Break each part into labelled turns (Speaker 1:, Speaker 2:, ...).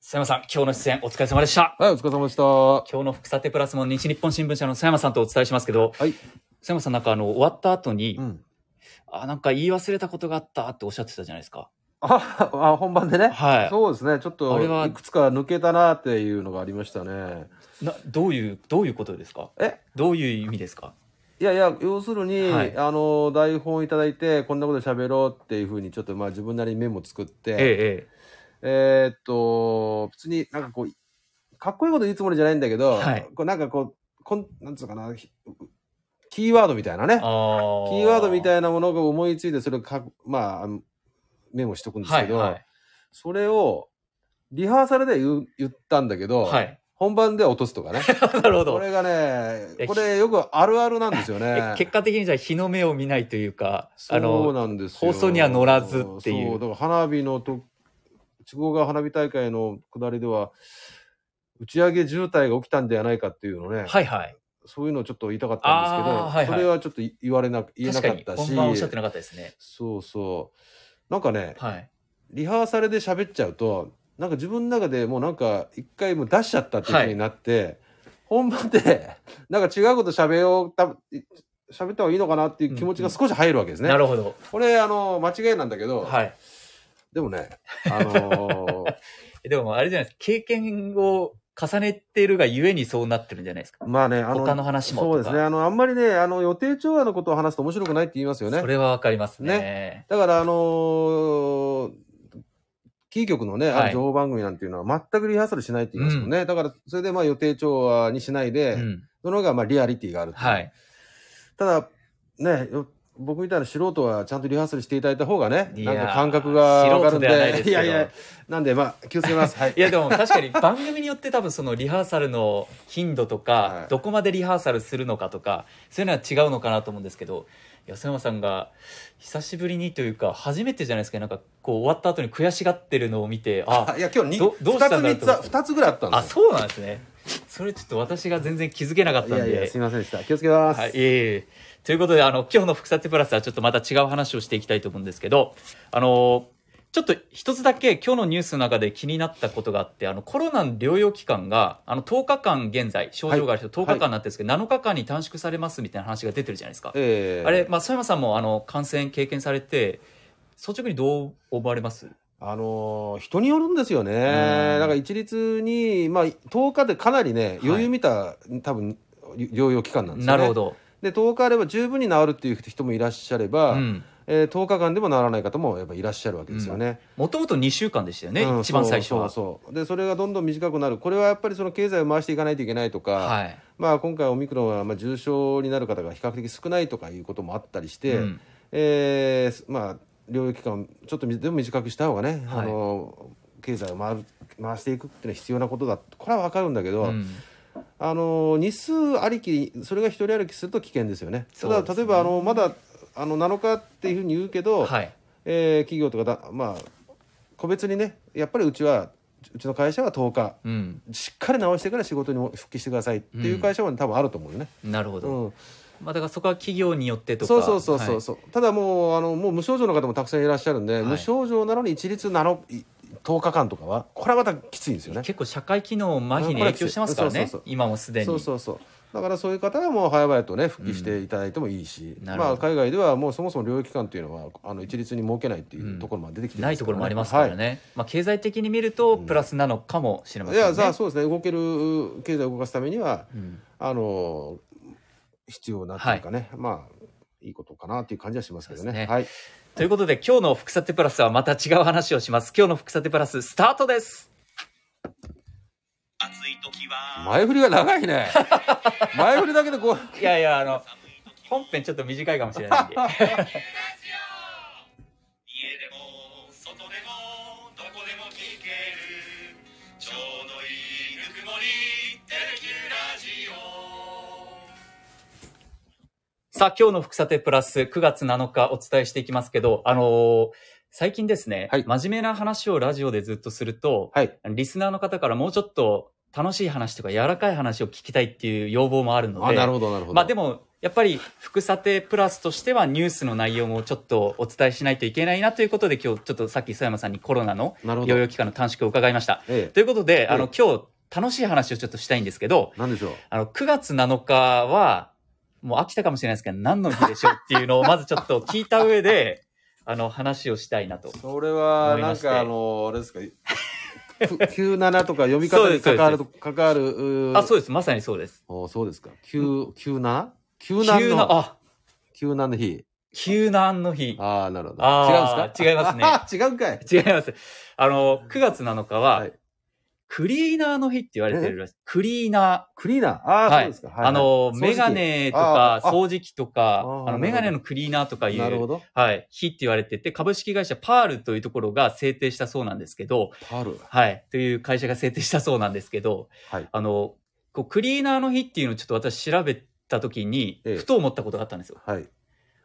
Speaker 1: 佐山さん、今日の出演お疲れ様でした。
Speaker 2: はい、お疲れ様でした。は
Speaker 1: 今日の福さてプラスも西日本新聞社の佐山さんとお伝えしますけど、
Speaker 2: い。
Speaker 1: 佐山さんなんかあの、終わった後に、
Speaker 2: うん。
Speaker 1: あ、なんか言い忘れたことがあったっておっしゃってたじゃないですか。
Speaker 2: あ、あ本番でね。
Speaker 1: はい
Speaker 2: そうですね。ちょっ
Speaker 1: あれは
Speaker 2: と、いくつか抜けたなっていうのがありましたね。
Speaker 1: な、どういう、どういうことですか
Speaker 2: え
Speaker 1: どういう意味ですか
Speaker 2: いやいや、要するに、
Speaker 1: はい
Speaker 2: あの、台本いただいて、こんなこと喋ろうっていうふうに、ちょっとまあ自分なりにメモ作って、え
Speaker 1: え
Speaker 2: ーっと、別になんかこう、かっこいいこと言うつもりじゃないんだけど、
Speaker 1: はい
Speaker 2: こうなんかこう、こんなんつうのかな、ひキーワードみたいなね
Speaker 1: え。。あ
Speaker 2: キーワードみ
Speaker 1: い
Speaker 2: たいなものが思いついて、それをか、まあ、メモしとくんです
Speaker 1: は
Speaker 2: け
Speaker 1: い、
Speaker 2: ど、
Speaker 1: はい。
Speaker 2: それを、リハーサルで言う言ったんだけど、
Speaker 1: はい。
Speaker 2: 本番では落とす とかね。
Speaker 1: なるほ
Speaker 2: こ
Speaker 1: ど。
Speaker 2: れがね
Speaker 1: え、
Speaker 2: これよくあるあるなんですよ
Speaker 1: え
Speaker 2: ね。
Speaker 1: 結果的にじゃあ日の目を見ないというか、あ
Speaker 2: そう
Speaker 1: の、
Speaker 2: なんですよ
Speaker 1: 放送には乗らずっていう
Speaker 2: そう、だから花火のと、地方が花火大会の下りでは、打ち上げ渋滞が起きたんではないかっていうのね、
Speaker 1: はいはい。
Speaker 2: そういうのをちょっと言いたかったんですけど、
Speaker 1: あーはいはい
Speaker 2: それはちょっと言われな、言えな
Speaker 1: 確
Speaker 2: か
Speaker 1: か
Speaker 2: っ
Speaker 1: に、
Speaker 2: た
Speaker 1: 本番おっしゃって
Speaker 2: し、
Speaker 1: なかったですね。
Speaker 2: そうそう。なんかね、
Speaker 1: はい。
Speaker 2: リハーサルで喋っちゃうとなんか自分の中でもうなんか一回もう出しちゃったっていう風になって、本番でなんか違うこと喋ようた喋った方がいいのかなっていう気持ちが少し入るわけですね。
Speaker 1: なるほど。
Speaker 2: これあの間違いなんだけど、
Speaker 1: はい。
Speaker 2: でもねあのー
Speaker 1: でもあれじゃないですか、経験を重ねてるがゆえにそうなってるんじゃないですか。
Speaker 2: ま あねあの
Speaker 1: 他の話もとか
Speaker 2: そうですねあのあんまりねあの予定調和のことを話すと面白くないって言いますよね
Speaker 1: そ。れはわかりますね。
Speaker 2: だからあのーキー局のね、あ
Speaker 1: は
Speaker 2: る
Speaker 1: い
Speaker 2: 情報番組なんていうのは全くリハーサルしないって言いますもんね。だから、それでまあ予定調和にしないで、
Speaker 1: うん。
Speaker 2: その方がまあリアリティがあるっていう
Speaker 1: はい。
Speaker 2: ただ、ね、よ僕みたいな素人はちゃんとリハーサルしていただいた方がね、
Speaker 1: い
Speaker 2: な
Speaker 1: や
Speaker 2: ん
Speaker 1: ー
Speaker 2: か感覚が上がるん
Speaker 1: 素人で
Speaker 2: で、
Speaker 1: はないですけど
Speaker 2: いやいや、なんでまあ気をつけます。はい。
Speaker 1: いやでも確か に番組によって多分そのリハーサルの頻度とか、
Speaker 2: はい
Speaker 1: どこまでリハーサルするのかとかそういうのは違うのかなと思うんですけど安山さんが久しぶりにというか初めてじゃないですかなんかこう終わった後に悔しがってるのを見てあ
Speaker 2: あいや、今日に
Speaker 1: どどうしたんだろう
Speaker 2: 2つ、3つ、2つぐらいあったん
Speaker 1: あ
Speaker 2: です
Speaker 1: そうなんですねそれちょっと私が全然気づけなかっ
Speaker 2: よ。
Speaker 1: たん
Speaker 2: い
Speaker 1: で
Speaker 2: やいや、すみませんでした。気をつけま す。
Speaker 1: はい、いえいえということで、あの、今日の福さてプラスはちょっとまた違う話をしていきたいと思うんですけど、あの、ちょっと一つだけ今日のニュースの中で気になったことがあって、あの、コロナの療養期間が、あの、10日間現在、症状がある人10日間なんですけど、7日間に短縮されますみたいな話が出てるじゃないですか。
Speaker 2: えー
Speaker 1: あれ、まあ、曽山さんも、あの、感染経験されて、率直にどう思われます
Speaker 2: あのー人によるんですよね。
Speaker 1: ん
Speaker 2: だから一律に、まあ、10日でかなりね、余裕見た、多分、療養期間なんですよ
Speaker 1: な
Speaker 2: ね。
Speaker 1: るほ。ど。
Speaker 2: で、10日あれば十分に治るっていう人もいらっしゃれば、
Speaker 1: うん。
Speaker 2: えー、10日間でもならない方もやっぱいらっしゃるわけですよね。
Speaker 1: もともと2週間でしたよね、
Speaker 2: うん
Speaker 1: 一番最初は。
Speaker 2: そうそうそうでそれがどんどん短くなるこれはやっぱりその経済を回していかないといけないとか、
Speaker 1: はい。
Speaker 2: まあ、今回オミクロンはまあ重症になる方が比較的少ないとかいうこともあったりして、
Speaker 1: うん
Speaker 2: えーまあ、療養期間ちょっとみでも短くした方がね、
Speaker 1: はい
Speaker 2: あの経済を回る回していくっていうのは必要なことだこれは分かるんだけど、
Speaker 1: うん
Speaker 2: あの日数ありきそれが一人歩きすると危険ですよね。
Speaker 1: そうですね
Speaker 2: ただ例えばあのまだあの7日っていうふうに言うけど、
Speaker 1: はい。
Speaker 2: えー企業とかだ、まあ、個別にねやっぱりうちはうちの会社は10日
Speaker 1: うん。
Speaker 2: しっかり直してから仕事にも復帰してくださいっていう会社も多分あると思うよね。
Speaker 1: なるほ
Speaker 2: う
Speaker 1: ど。
Speaker 2: ん
Speaker 1: まあ、だからそこは企業によってとか
Speaker 2: そうそうそうそう
Speaker 1: はい
Speaker 2: そう、ただもうあのもう無症状の方もたくさんいらっしゃるんで、
Speaker 1: い
Speaker 2: 無症状なのに一律なのい10日間とかはこれはまたきついんですよね。
Speaker 1: 結構社会機能麻痺に影響してますからね
Speaker 2: そうそうそう
Speaker 1: 今もすでに
Speaker 2: そうそうそうだからそういう方はもう早々とね復帰していただいてもいいし、
Speaker 1: うんなるほど
Speaker 2: まあ、海外ではもうそもそも療養期間というのはあの一律に設けないっていうところも出てきて
Speaker 1: ない
Speaker 2: ますからね
Speaker 1: ところもありますから
Speaker 2: はい
Speaker 1: ね、まあ、経済的に見るとプラスなのかもしれま
Speaker 2: い
Speaker 1: せんね、
Speaker 2: やさあそうですね動ける経済を動かすためには
Speaker 1: うん
Speaker 2: あの必要なっていうかね、まあいいことかなっていう感じはしますけど
Speaker 1: そう
Speaker 2: ね
Speaker 1: ですね
Speaker 2: はい
Speaker 1: ということで今日の「福さてプラス」はまた違う話をします今日の「福さてプラス」スタートです
Speaker 3: 暑い時は
Speaker 2: 前振りが長い ね前振りだけでこう
Speaker 1: いやいやあの本編ちょっと短いかもしれ ないんで
Speaker 3: 家でも外でもどこでも聞けるちょうどいいぬくもりテレキューラジオ
Speaker 1: さあ今日の「福さてプラス」9月7日お伝えしていきますけどあのー最近ですね、
Speaker 2: はい
Speaker 1: 真面目な話をラジオでずっとすると、
Speaker 2: はい
Speaker 1: リスナーの方からもうちょっと楽しい話とか柔らかい話を聞きたいっていう要望もあるので、
Speaker 2: あなるほどなるほど
Speaker 1: まあで
Speaker 2: も
Speaker 1: も、やっぱり副査定プラスとしてはニュースの内容もちょっとお伝えしないといけないなということで今日ちょっとさっき磯山さんにコロナの
Speaker 2: なるほど
Speaker 1: 療養期間の短縮を伺いました。
Speaker 2: え
Speaker 1: ということで、あ
Speaker 2: は
Speaker 1: の
Speaker 2: い
Speaker 1: 今日楽しい話をちょっとしたいんですけど、
Speaker 2: え。なんでしょう。
Speaker 1: あの9月7日はもう飽きたかもしれないですけど何の日でしょうっていうのをまずちょっと聞いた上であの話をしたいなと。
Speaker 2: それは、
Speaker 1: 思い
Speaker 2: な
Speaker 1: ま
Speaker 2: ん
Speaker 1: して
Speaker 2: か、あの、あれです か。九七とか読み方に関わる
Speaker 1: そ
Speaker 2: と、関わる。
Speaker 1: あ、そう
Speaker 2: う
Speaker 1: です。まさにそうです。
Speaker 2: ー。おそうですか。九、九七。九七
Speaker 1: 急な、
Speaker 2: の。
Speaker 1: あ、
Speaker 2: 九七の日。
Speaker 1: 急な案の日。
Speaker 2: ああ、なるほど。
Speaker 1: あ
Speaker 2: 違うん
Speaker 1: ー
Speaker 2: ですか。
Speaker 1: 違いますね
Speaker 2: あー 違うんかい。
Speaker 1: 違います。あの、9月7日は、
Speaker 2: はい
Speaker 1: クリーナーの日って言われてるらしい。クリーナ
Speaker 2: クリーナー。ああ、
Speaker 1: はい
Speaker 2: そうですか。はい
Speaker 1: ー。あの、
Speaker 2: はい
Speaker 1: メガネとか
Speaker 2: 掃
Speaker 1: 掃除機とか、あ
Speaker 2: あーなる
Speaker 1: の、
Speaker 2: ほど
Speaker 1: メガネのクリーナーとか
Speaker 2: 除
Speaker 1: い
Speaker 2: 機なるほ
Speaker 1: う、
Speaker 2: ど。
Speaker 1: はい、日って言われてて、株式会社パールというところが制定したそうなんですけど、
Speaker 2: パール。
Speaker 1: はい、という会社が制定したそうなんですけど、
Speaker 2: はい
Speaker 1: あの、こうクリーナーの日っていうのをちょっと私調べた時に、
Speaker 2: ええ
Speaker 1: ふと思ったことがあったんですよ。
Speaker 2: はい。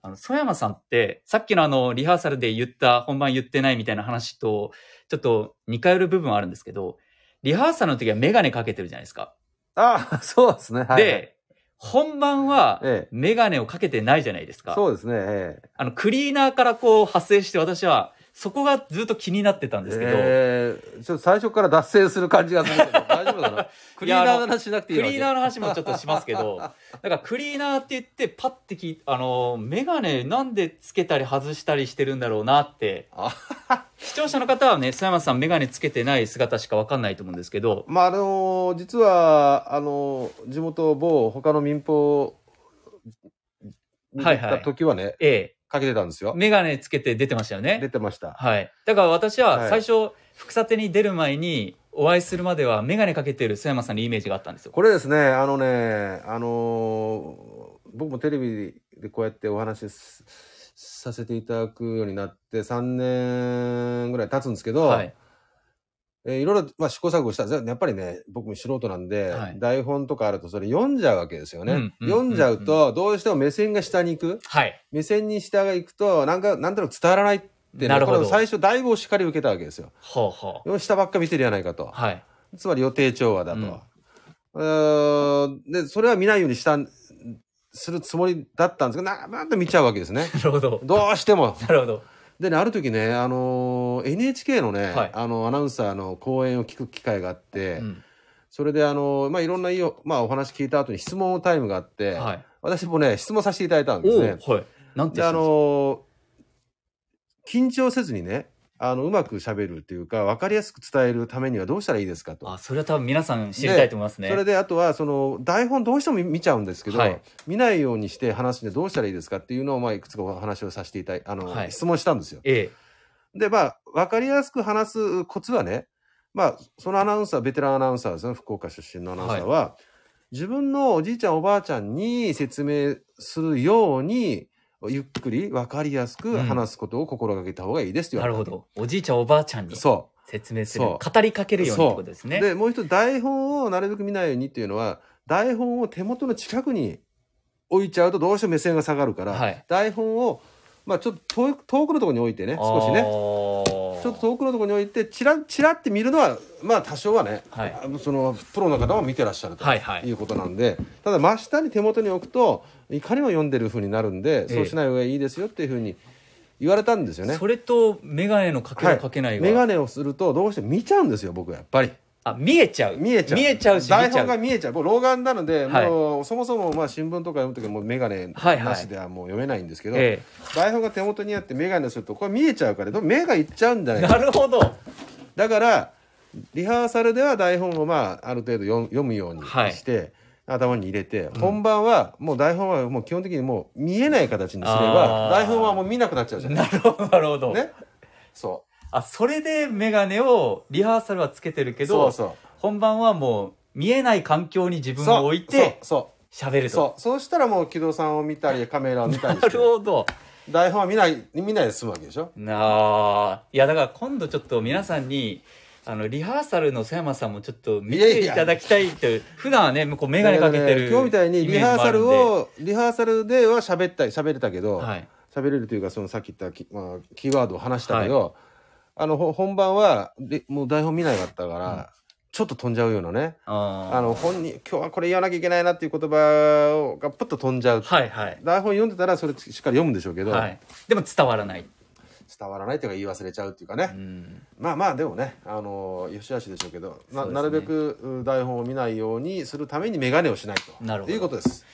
Speaker 1: あの、曽山さんって、さっきのあの、リハーサルで言った、本番言ってないみたいな話と、ちょっと似通る部分はあるんですけど、リハーサルの時はメガネかけてるじゃないですか。
Speaker 2: ああ、 そうですね。はい。
Speaker 1: で、本番は、
Speaker 2: え
Speaker 1: メガネをかけてないじゃないです
Speaker 2: え、
Speaker 1: か。
Speaker 2: そうですね。ええ。
Speaker 1: あの、クリーナーからこう、派生して私は、そこがずっと気になってたんですけど、
Speaker 2: ええちょっと最初から脱線する感じがするけど、大丈夫か なクリーナーの話しなくていい
Speaker 1: クリーナー
Speaker 2: ー
Speaker 1: の話もちょっとしますけ ど、だからクリーナーって言って、パッてき、あの、メガネなんでつけたり外したりしてるんだろうなって
Speaker 2: あ。
Speaker 1: 視聴者の方はね、須山さんメガネつけてない姿しかわかんないと思うんですけど、
Speaker 2: まあ、あのー実は、あのー地元某他の民放に行った時はね、
Speaker 1: え
Speaker 2: かけてたんです
Speaker 1: え、
Speaker 2: よ。
Speaker 1: メガネつけて出てましたよね
Speaker 2: 出。てました。
Speaker 1: はい。だから私
Speaker 2: は
Speaker 1: はい最初、副査定に出る前に、お会いするまではメガネかけてる須山さんのイメージがあったんですよ。
Speaker 2: これですね、あのね、あのー僕もテレビでこうやってお話しすさせていただくようになって3年ぐらい経つんですけど、
Speaker 1: はい。
Speaker 2: えーいろいろ、まあ、試行錯誤したんですよやっぱりね、僕も素人なんで、
Speaker 1: はい
Speaker 2: 台本とかあるとそれ読んじゃうわけですよね。
Speaker 1: うんうん
Speaker 2: 読んじゃうと、どうしても目線が下に行く。
Speaker 1: はい。
Speaker 2: 目線に下が行くと、なんか、なんとなく伝わらないってね、
Speaker 1: なるほど
Speaker 2: これを最初、だいぶお叱り受けたわけですよ。
Speaker 1: ほうほう。
Speaker 2: 下ばっか見てるやないかと。
Speaker 1: はい。
Speaker 2: つまり予定調和だと。
Speaker 1: うん
Speaker 2: うーんで、それは見ないようにしたん、するつもりだったんですけど、ななんと見ちゃうわけですね。
Speaker 1: なるほど。
Speaker 2: どうしても。
Speaker 1: なるほど。
Speaker 2: でね、ある時ね、あのー NHK のね、
Speaker 1: はい
Speaker 2: あの、アナウンサーの講演を聞く機会があって、
Speaker 1: うん。
Speaker 2: それであの、まあ、いろんないいお、まあ、お話聞いた後に質問タイムがあって、
Speaker 1: はい。
Speaker 2: 私もね、質問させていただいたんです
Speaker 1: お
Speaker 2: ね。
Speaker 1: おはい。なんて
Speaker 2: で、
Speaker 1: 言ってたんですか
Speaker 2: あの、緊張せずにね、あの、うまく喋るっていうか、わかりやすく伝えるためにはどうしたらいいですかと。
Speaker 1: あ、それは多分皆さん知りたいと思いますね。
Speaker 2: それであとはその台本どうしても見見ちゃうんですけど、
Speaker 1: はい
Speaker 2: 見ないようにして話すにはどうしたらいいですかっていうのをまあいくつかお話をさせていただいあの、
Speaker 1: はい
Speaker 2: 質問したんですよ。
Speaker 1: ええ。
Speaker 2: でまあ分かりやすく話すコツはねまあそのアナウンサーベテランアナウンサーですね福岡出身のアナウンサーは、自分のおじいちゃんおばあちゃんに説明するようにゆっくり分かりやすく話すことを心がけた方がいいですって言
Speaker 1: な
Speaker 2: わ
Speaker 1: る
Speaker 2: れた、
Speaker 1: ほど。おじいちゃんおばあちゃんに
Speaker 2: そう
Speaker 1: 説明する。
Speaker 2: そう
Speaker 1: 語りかけるようにってことですね。
Speaker 2: でもう一つ台本をなるべく見ないようにっていうのは台本を手元の近くに置いちゃうとどうしても目線が下がるから、
Speaker 1: はい
Speaker 2: 台本を、まあ、ちょっと遠く遠くのところに置いてね少しね
Speaker 1: ね
Speaker 2: ちょっと遠くのところに置いてチラッチラッて見るのはまあ多少はね、
Speaker 1: はい
Speaker 2: あのそのプロの方も見てらっしゃると
Speaker 1: はいはい
Speaker 2: いうことなんで、ただ真下に手元に置くといかにも読んでるふうになるんで、
Speaker 1: ええ
Speaker 2: そうしない方がいいですよっていうふうに言われたんですよね
Speaker 1: そ。れと、メガネのかけ
Speaker 2: は
Speaker 1: る
Speaker 2: い
Speaker 1: かけないが、
Speaker 2: 眼鏡をするとどうしても見ちゃうんですよ僕はやっぱり。
Speaker 1: あ、見えちゃう。
Speaker 2: 見えちゃう。
Speaker 1: し、
Speaker 2: 台
Speaker 1: 見ちゃ
Speaker 2: 本
Speaker 1: う。
Speaker 2: が見えちゃう。もう老眼なので、
Speaker 1: はい
Speaker 2: もうそもそもまあ新聞とか読むときはもう眼
Speaker 1: は
Speaker 2: 鏡
Speaker 1: いはい
Speaker 2: なしではもう読めないんですけど、
Speaker 1: え
Speaker 2: 台本が手元にあって眼鏡するとこれ見えちゃうから、でも目がいっちゃうんじゃ
Speaker 1: え。
Speaker 2: ない
Speaker 1: な
Speaker 2: か。
Speaker 1: るほど。
Speaker 2: だからリハーサルでは台本をまあある程度読む読むように
Speaker 1: はい
Speaker 2: して。頭に入れて本番はもう台本はもう基本的にもう見えない形にすれば
Speaker 1: あー
Speaker 2: 台本はもう見なくなっちゃうじゃない
Speaker 1: なるほど、なるほど。
Speaker 2: ねそ
Speaker 1: あ、それでメガネを、リハーサルはつけてるけ
Speaker 2: う
Speaker 1: ど、
Speaker 2: そうそう
Speaker 1: 本番はもう、見えない環境に自分
Speaker 2: そう
Speaker 1: を置いて、
Speaker 2: そ
Speaker 1: 喋ると。
Speaker 2: うそうそうしたらもう木戸さんを見たりカメラを見たりし
Speaker 1: な
Speaker 2: て
Speaker 1: るほど。
Speaker 2: 台本は見ない見ないで済むわけでしょ
Speaker 1: なあいやだから今度ちょっと皆さんにあのリハーサルの佐山さんもちょっと見
Speaker 2: いやい
Speaker 1: て
Speaker 2: や
Speaker 1: いただきたいという普段はね向こう眼鏡かけて
Speaker 2: だら
Speaker 1: る
Speaker 2: ね今日みたいに
Speaker 1: イ
Speaker 2: リ
Speaker 1: メー
Speaker 2: ハ
Speaker 1: ジ
Speaker 2: ー
Speaker 1: もあ
Speaker 2: サ
Speaker 1: るん
Speaker 2: ル
Speaker 1: で
Speaker 2: をリハーサルでは喋ったり喋れたけど、
Speaker 1: はい
Speaker 2: 喋れるというかそのさっき言ったき、まあ、キーワードを話したけど、あのほ本番はでもう台本見なかったから、ちょっと飛んじゃうようなねあ
Speaker 1: あ
Speaker 2: の本人今日はこれ言わなきゃいけないなっていう言葉をがプッと飛んじゃう、
Speaker 1: はいはい
Speaker 2: 台本読んでたらそれしっかり読むんでしょうけど、
Speaker 1: はいでも伝わらない、
Speaker 2: 伝わらないというか言い忘れちゃうっていうか
Speaker 1: う
Speaker 2: ね、
Speaker 1: ん、
Speaker 2: まあまあでもねあのよしあしでしょうけどな,、
Speaker 1: そうですね
Speaker 2: なるべくうん台本を見ないようにするために眼鏡をしないと
Speaker 1: なるほど
Speaker 2: いうことです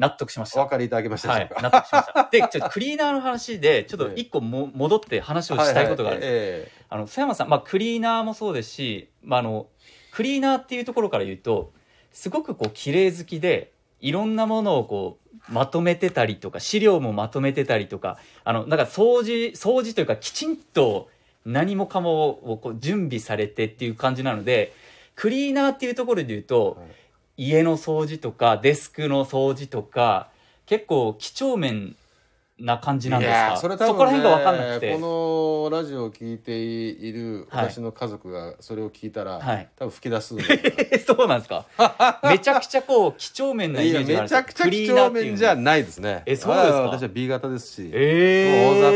Speaker 1: 納得しまし
Speaker 2: お
Speaker 1: た
Speaker 2: 分かりいただけました
Speaker 1: は
Speaker 2: でしょう
Speaker 1: い
Speaker 2: か、、
Speaker 1: 納得しました。で、ちょっとクリーナーの話で、ちょっと一個も、戻って話をしたいことがあるんです。
Speaker 2: ええ
Speaker 1: あの、佐山さん、まあ、クリーナーもそうですし、まあ、あの、クリーナーっていうところから言うと、すごくこう、綺麗好きで、いろんなものをこう、まとめてたりとか、資料もまとめてたりとか、あの、なんか掃除、掃除というか、きちんと何もかもをこう、準備されてっていう感じなので、クリーナーっていうところで言うと、
Speaker 2: はい
Speaker 1: 家の掃除とか、デスクの掃除とか、結構、几帳面な感じなんです
Speaker 2: い
Speaker 1: か
Speaker 2: やーそれ多
Speaker 1: そ
Speaker 2: 分、ね、
Speaker 1: こら辺が分かんなくて。
Speaker 2: このラジオを聞いている私の家族がそれを聞いたら、
Speaker 1: はい
Speaker 2: 多分吹き出すんで
Speaker 1: えそう なんです かめちゃくちゃこう几帳面なイメージ
Speaker 2: い
Speaker 1: があ
Speaker 2: や
Speaker 1: るんで
Speaker 2: め
Speaker 1: す
Speaker 2: ちゃくちゃ
Speaker 1: ク
Speaker 2: 几
Speaker 1: リーナー
Speaker 2: 帳
Speaker 1: っていう
Speaker 2: 面
Speaker 1: の
Speaker 2: じゃないですね
Speaker 1: えそうですか
Speaker 2: ああ私は B 型ですし、もう大雑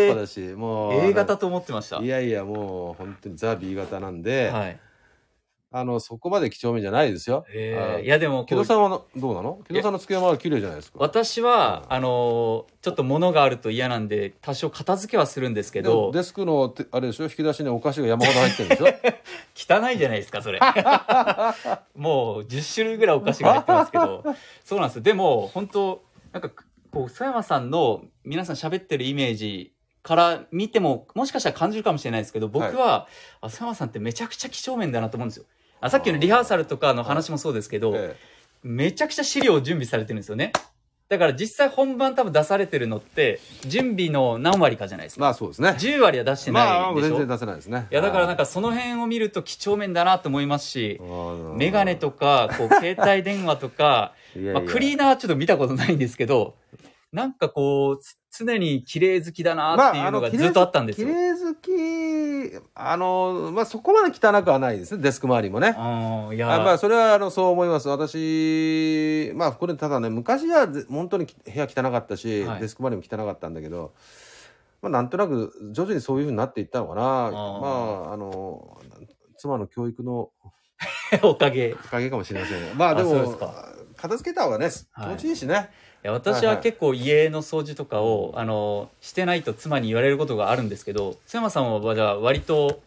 Speaker 1: え
Speaker 2: 把
Speaker 1: ー
Speaker 2: だしもう
Speaker 1: A 型と思ってました
Speaker 2: いやいやもう本当にザ・ B 型なんで、
Speaker 1: はい
Speaker 2: あのそこまで貴重面じゃないですよ。
Speaker 1: え
Speaker 2: あ
Speaker 1: ーいやでも
Speaker 2: 木
Speaker 1: こ
Speaker 2: 戸
Speaker 1: う
Speaker 2: さんはのどうなの木戸さんの机は綺麗じゃないですか。
Speaker 1: 私は
Speaker 2: うん
Speaker 1: あのーちょっと物があると嫌なんで多少片付けはするんですけ
Speaker 2: でも
Speaker 1: ど
Speaker 2: デスクのてあれでしょ引き出しにお菓子が山ほど入ってるんでしょ
Speaker 1: 汚いじゃないですかそれ もう10種類ぐらいお菓子が入ってますけどそうなんですでも本当なんかこう佐山さんの皆さん喋ってるイメージから見てももしかしたら感じるかもしれないですけど僕は、あ佐山さんってめちゃくちゃ几帳面だなと思うんですよあさっきのリハーサルとかの話も そうですけど、
Speaker 2: え
Speaker 1: めちゃくちゃ資料を準備されてるんですよねだから実際本番多分出されてるのって準備の何割かじゃないですか、
Speaker 2: えまあそうですね。
Speaker 1: 10割は出して
Speaker 2: ま
Speaker 1: ない
Speaker 2: あ
Speaker 1: んでしょ、
Speaker 2: 全然出せないですね。
Speaker 1: いやだからなん
Speaker 2: か
Speaker 1: かその辺を見ると几帳面だなと思いますし、メガネ
Speaker 2: か
Speaker 1: とか、 こう、携帯電話とか、まあ、クリーナーちょっと見たことないんですけど、なんかこう、つ常に綺麗好きだなっていうのがずっとあったんですよ。
Speaker 2: 綺麗好きあのまあそこまで汚くはないですねデスク周りもね。
Speaker 1: うん、いや、
Speaker 2: あまあそれはあのそう思います私まあこれただね昔はぜ本当にき部屋汚かったし、
Speaker 1: はい
Speaker 2: デスク周りも汚かったんだけど、まあ、なんとなく徐々にそういうふうになっていったのかなまああの妻の教育の
Speaker 1: おかげ。い
Speaker 2: おかげかもしれませんねまあで
Speaker 1: あそうで
Speaker 2: も
Speaker 1: すか
Speaker 2: 片付けた方がね気
Speaker 1: はい
Speaker 2: 持ちいいしね、
Speaker 1: や、私は結構家の掃除とかを、あの、してないと妻に言われることがあるんですけど、津山さんはじゃあ割と、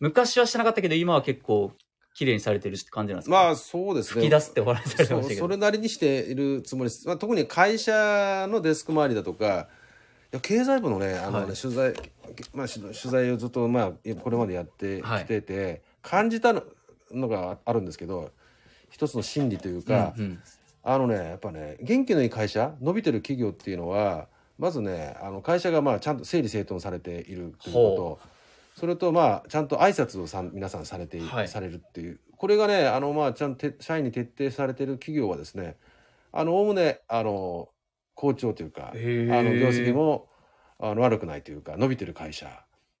Speaker 1: 昔はしてなかったけど、今は結構綺麗にされてるって感じなんですか、
Speaker 2: ま
Speaker 1: あ、
Speaker 2: あそうですね
Speaker 1: 吹き出すってお話しされて
Speaker 2: そ
Speaker 1: ま
Speaker 2: う
Speaker 1: したけど。
Speaker 2: それなりにしているつもりです、まあ、特に会社のデスク周りだとかいや経済部のねあのね、
Speaker 1: はい
Speaker 2: 取材、まあ、し取材をずっと、まあ、これまでやって
Speaker 1: はい
Speaker 2: きてて、感じたののがあるんですけど一つの心理というか、
Speaker 1: うんうん
Speaker 2: あのねやっぱね元気のいい会社伸びてる企業っていうのはまずねあの会社がまあちゃんと整理整頓されているという
Speaker 1: ほ
Speaker 2: ことそれとまあちゃんと挨拶をさん皆さんされて、
Speaker 1: はい
Speaker 2: されるっていうこれがねあのまあちゃんとて社員に徹底されている企業はですねあの概ねあの好調というかあ
Speaker 1: へ
Speaker 2: の
Speaker 1: ー
Speaker 2: 業績もあの悪くないというか伸びてる会社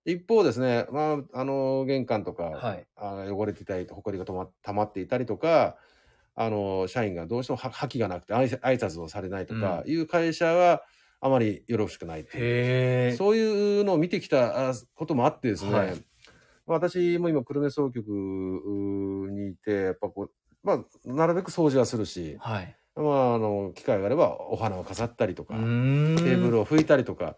Speaker 2: 一方ですねまああの玄関とか、
Speaker 1: はい。
Speaker 2: あの汚れていたり埃がとま溜まっていたりとかあの社員がどうしてもは覇気がなくて挨拶挨拶をされないとかいう会社はあまりよろしくないっていう、
Speaker 1: へー
Speaker 2: そういうのを見てきたあこともあってですね、
Speaker 1: はい
Speaker 2: 私も今久留米総局うにいてやっぱこう、まあ、なるべく掃除はするし、
Speaker 1: はい。
Speaker 2: まあ、あの機会があればお花を飾ったりとか、
Speaker 1: ー
Speaker 2: テーブルを拭いたりとか。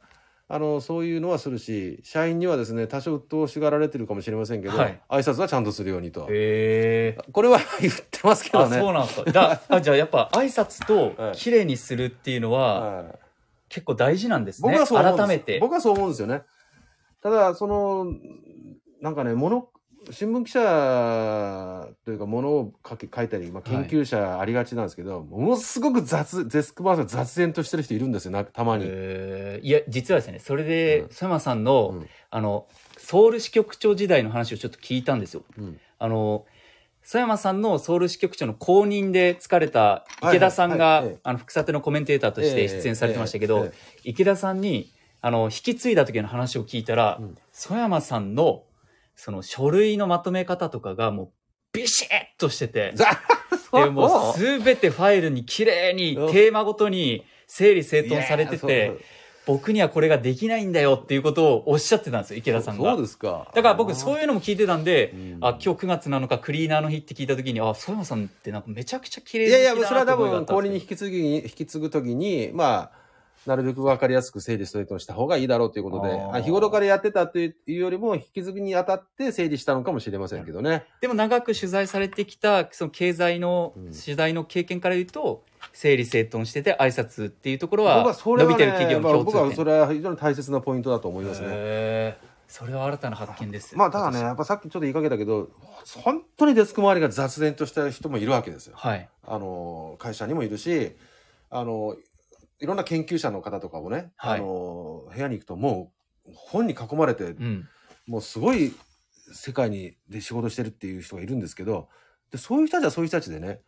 Speaker 2: あのそういうのはするし社員にはですね多少鬱陶しがられてるかもしれませんけど、
Speaker 1: はい
Speaker 2: 挨拶はちゃんとするようにと、
Speaker 1: へえ。
Speaker 2: これは 言ってますけど
Speaker 1: あ、
Speaker 2: ね。
Speaker 1: そうなんですか。だ、あ、じゃあやっぱ挨拶
Speaker 2: は
Speaker 1: と
Speaker 2: い
Speaker 1: 綺麗にするっていうのは
Speaker 2: はい
Speaker 1: 結構大事なんですね。
Speaker 2: 僕はそう思うんです
Speaker 1: 改めて。
Speaker 2: 僕はそう思うんですよね。ただ、その、なんかね、もの、新聞記者というか、ものを書き書いたり、まあ、
Speaker 1: は
Speaker 2: 研
Speaker 1: い
Speaker 2: 究者ありがちなんですけど、ものすごく雑、デスクバース雑然としてる人いるんですよ、なたまに。
Speaker 1: へーいや、実はですね、それで
Speaker 2: うん、
Speaker 1: 佐山さんの、
Speaker 2: うん
Speaker 1: あの、ソウル支局長時代の話をちょっと聞いたんですよ。
Speaker 2: うん
Speaker 1: あの、曽山さんのソウル支局長の後任で疲れた池田さんが、
Speaker 2: はいはいはいええ
Speaker 1: あの、福さてのコメンテーターとして出演されてましたけど、
Speaker 2: ええええ
Speaker 1: 池田さんに、あの、引き継いだ時の話を聞いたら、
Speaker 2: うん
Speaker 1: 曽山さんの、その書類のまとめ方とかがもう、ビシッとして て、
Speaker 2: ざ
Speaker 1: でもうすべてファイルに綺麗に、
Speaker 2: うん
Speaker 1: テーマごとに整理整頓されて
Speaker 2: いや
Speaker 1: て、
Speaker 2: そう
Speaker 1: 僕にはこれができないんだよっていうことをおっしゃってたんですよ、池田さんが。
Speaker 2: そうですか。
Speaker 1: だから僕
Speaker 2: う
Speaker 1: そ
Speaker 2: いう
Speaker 1: いうのも聞いてたんで、
Speaker 2: うん
Speaker 1: あ今日9月7日クリーナーの日って聞いた時にあ曽山さんってなんかめちゃくちゃ綺麗
Speaker 2: い
Speaker 1: 好
Speaker 2: や
Speaker 1: きだ
Speaker 2: いや、
Speaker 1: な
Speaker 2: それ
Speaker 1: っ
Speaker 2: は多
Speaker 1: て思い
Speaker 2: 分、
Speaker 1: があった
Speaker 2: 氷
Speaker 1: ん
Speaker 2: に
Speaker 1: です
Speaker 2: 引き継ぎに、引き継ぐときに、まあ、なるべく分かりやすく整理ストレートにした方がいいだろうということで、
Speaker 1: あー
Speaker 2: あ日頃からやってたというよりも、引き継ぎにあたって整理したのかもしれませんけどね。
Speaker 1: でも長く取材されてきたその経済の
Speaker 2: うん
Speaker 1: 取材の経験から言うと、整理整頓してて挨拶っていうところ
Speaker 2: 僕
Speaker 1: は
Speaker 2: はそれ
Speaker 1: 伸び
Speaker 2: は、
Speaker 1: てる
Speaker 2: ね
Speaker 1: 企業
Speaker 2: ま
Speaker 1: の
Speaker 2: あ、
Speaker 1: 共通
Speaker 2: 僕
Speaker 1: 点、
Speaker 2: はそれは非常に大切なポイントだと思いますね。
Speaker 1: へーそれは新たな発見です
Speaker 2: まあ、ただね、やっぱさっきちょっと言いかけたけど、本当にデスク周りが雑然とした人もいるわけですよ。
Speaker 1: はい
Speaker 2: あの会社にもいるしあのいろんな研究者の方とかもね、
Speaker 1: はい
Speaker 2: あの部屋に行くともう本に囲まれて、
Speaker 1: うん
Speaker 2: もうすごい世界にで仕事してるっていう人がいるんですけどでそういう人たちはそういう人たちでね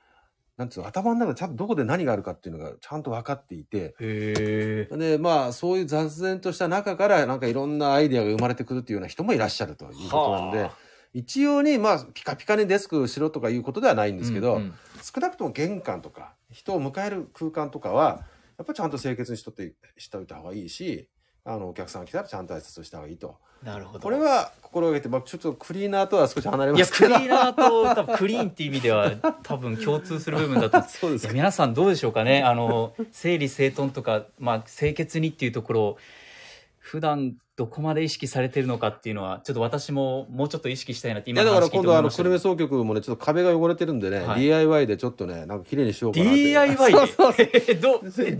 Speaker 2: なんつうの頭の中でちゃんとどこで何があるかっていうのがちゃんと分かっていて
Speaker 1: へえ
Speaker 2: でまあそういう雑然とした中からなんかいろんなアイデアが生まれてくるっていうような人もいらっしゃるということなんで
Speaker 1: はあ
Speaker 2: 一様にまあピカピカにデスクしろとかいうことではないんですけど。
Speaker 1: うんうん
Speaker 2: 少なくとも玄関とか人を迎える空間とかはやっぱちゃんと清潔にしとってしておいた方がいいしあのお客さんが来たらちゃんと挨拶した方がいいと
Speaker 1: なるほど
Speaker 2: これは心がけて、まあ、ちょっとクリーナーとは少し離れ
Speaker 1: い
Speaker 2: ま
Speaker 1: や
Speaker 2: す
Speaker 1: ク
Speaker 2: け
Speaker 1: リ
Speaker 2: ど
Speaker 1: ーナーと多分クリーンっていう意味では多分共通する部分だと思うんです
Speaker 2: そうで
Speaker 1: い
Speaker 2: す
Speaker 1: や
Speaker 2: か
Speaker 1: 皆さんどうでしょうかねあの整理整頓とか、まあ、清潔にっていうところを普段どこまで意識されてるのかっていうのはちょっと私ももうちょっと意識したいなって
Speaker 2: い
Speaker 1: 今
Speaker 2: や
Speaker 1: の
Speaker 2: だから
Speaker 1: 話聞い
Speaker 2: 今
Speaker 1: て
Speaker 2: 度は
Speaker 1: 思
Speaker 2: あ
Speaker 1: いま
Speaker 2: の
Speaker 1: した
Speaker 2: 久留米総局もねちょっと壁が汚れてるんでね、
Speaker 1: はい
Speaker 2: DIY でちょっとねなんか綺麗にしようかなって
Speaker 1: DIY
Speaker 2: そうそうそう
Speaker 1: でどう DIY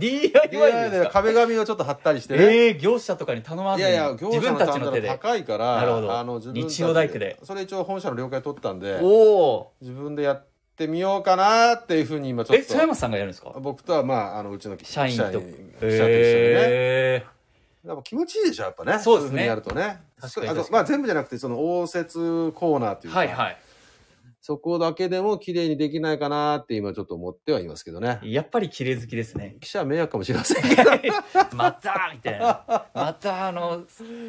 Speaker 2: DIY
Speaker 1: です
Speaker 2: で
Speaker 1: か
Speaker 2: 壁紙をちょっと貼ったりしてね、
Speaker 1: えー、業者とかに頼ま
Speaker 2: い
Speaker 1: ずに
Speaker 2: やいや、業
Speaker 1: 自
Speaker 2: 者
Speaker 1: 分
Speaker 2: の
Speaker 1: た
Speaker 2: 単
Speaker 1: ちの
Speaker 2: 価が
Speaker 1: 手で
Speaker 2: 高いから、
Speaker 1: なるほど
Speaker 2: あの自分たち
Speaker 1: 日曜大工で
Speaker 2: それ一応本社の了解取ったんで、
Speaker 1: おお
Speaker 2: 自分でやってみようかなっていうふうに今ちょ
Speaker 1: ーえ
Speaker 2: っ
Speaker 1: 曽山
Speaker 2: と
Speaker 1: さんがやるんですか
Speaker 2: 僕とはまああのうちの
Speaker 1: 社員と
Speaker 2: 記者記者と一緒にね、
Speaker 1: え
Speaker 2: やっぱ気持ちいいでしょやっぱね
Speaker 1: そうですね
Speaker 2: いふにやるとね
Speaker 1: 確かに
Speaker 2: あ
Speaker 1: 確
Speaker 2: と
Speaker 1: かに
Speaker 2: まあ全部じゃなくてその応接コーナーと
Speaker 1: ー、
Speaker 2: いうか、
Speaker 1: はいはい
Speaker 2: そこだけでも綺麗にできないかなって今ちょっと思ってはいますけどね
Speaker 1: やっぱり綺麗好きです ね
Speaker 2: 記者は迷惑かもしれません けど
Speaker 1: またみたいなまたあの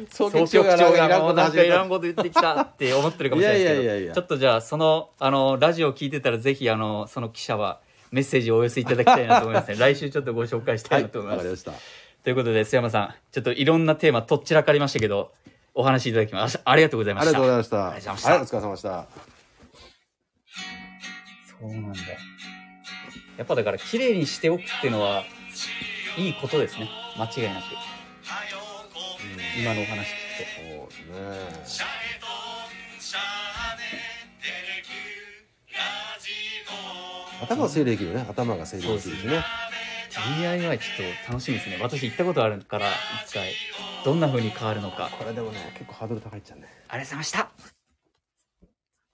Speaker 2: 総
Speaker 1: 総局
Speaker 2: 局長が
Speaker 1: 長がも
Speaker 2: も
Speaker 1: う
Speaker 2: う
Speaker 1: な
Speaker 2: なんん
Speaker 1: か
Speaker 2: か
Speaker 1: い
Speaker 2: い
Speaker 1: ら
Speaker 2: ら
Speaker 1: ん
Speaker 2: ん
Speaker 1: こと言ってきたって思ってるかもしれない
Speaker 2: いやいや
Speaker 1: で
Speaker 2: い
Speaker 1: す
Speaker 2: や
Speaker 1: けど
Speaker 2: いや
Speaker 1: ちょっとじゃあそのあのラジオを聞いてたらぜひあのその記者はメッセージをお寄せいただきたいなと思い ますね来週ちょっとご紹介した
Speaker 2: はい
Speaker 1: ないと思い
Speaker 2: わ
Speaker 1: ま
Speaker 2: か
Speaker 1: す、
Speaker 2: りました
Speaker 1: ということで須山さんちょっといろんなテーマとっちらかりましたけどお話しいただきましありがとうござい
Speaker 2: あ
Speaker 1: ま
Speaker 2: り
Speaker 1: し
Speaker 2: が
Speaker 1: た
Speaker 2: とうございました
Speaker 1: ありがとうござい
Speaker 2: はい
Speaker 1: ま
Speaker 2: お
Speaker 1: し
Speaker 2: 疲れ様でした
Speaker 1: そうなんだやっぱだから綺麗にしておくっていうのはいいことですね間違いなく今のお話聞くと
Speaker 2: そうですね
Speaker 3: シャレとシャーネテレキューラジオ
Speaker 2: 頭は整理できるよね頭が整理できるしね
Speaker 1: DIY ちょっと楽しみですね私行ったことあるから一回どんな風に変わるのか
Speaker 2: これでもね結構ハードル高いっちゃうね
Speaker 1: ありがとうございました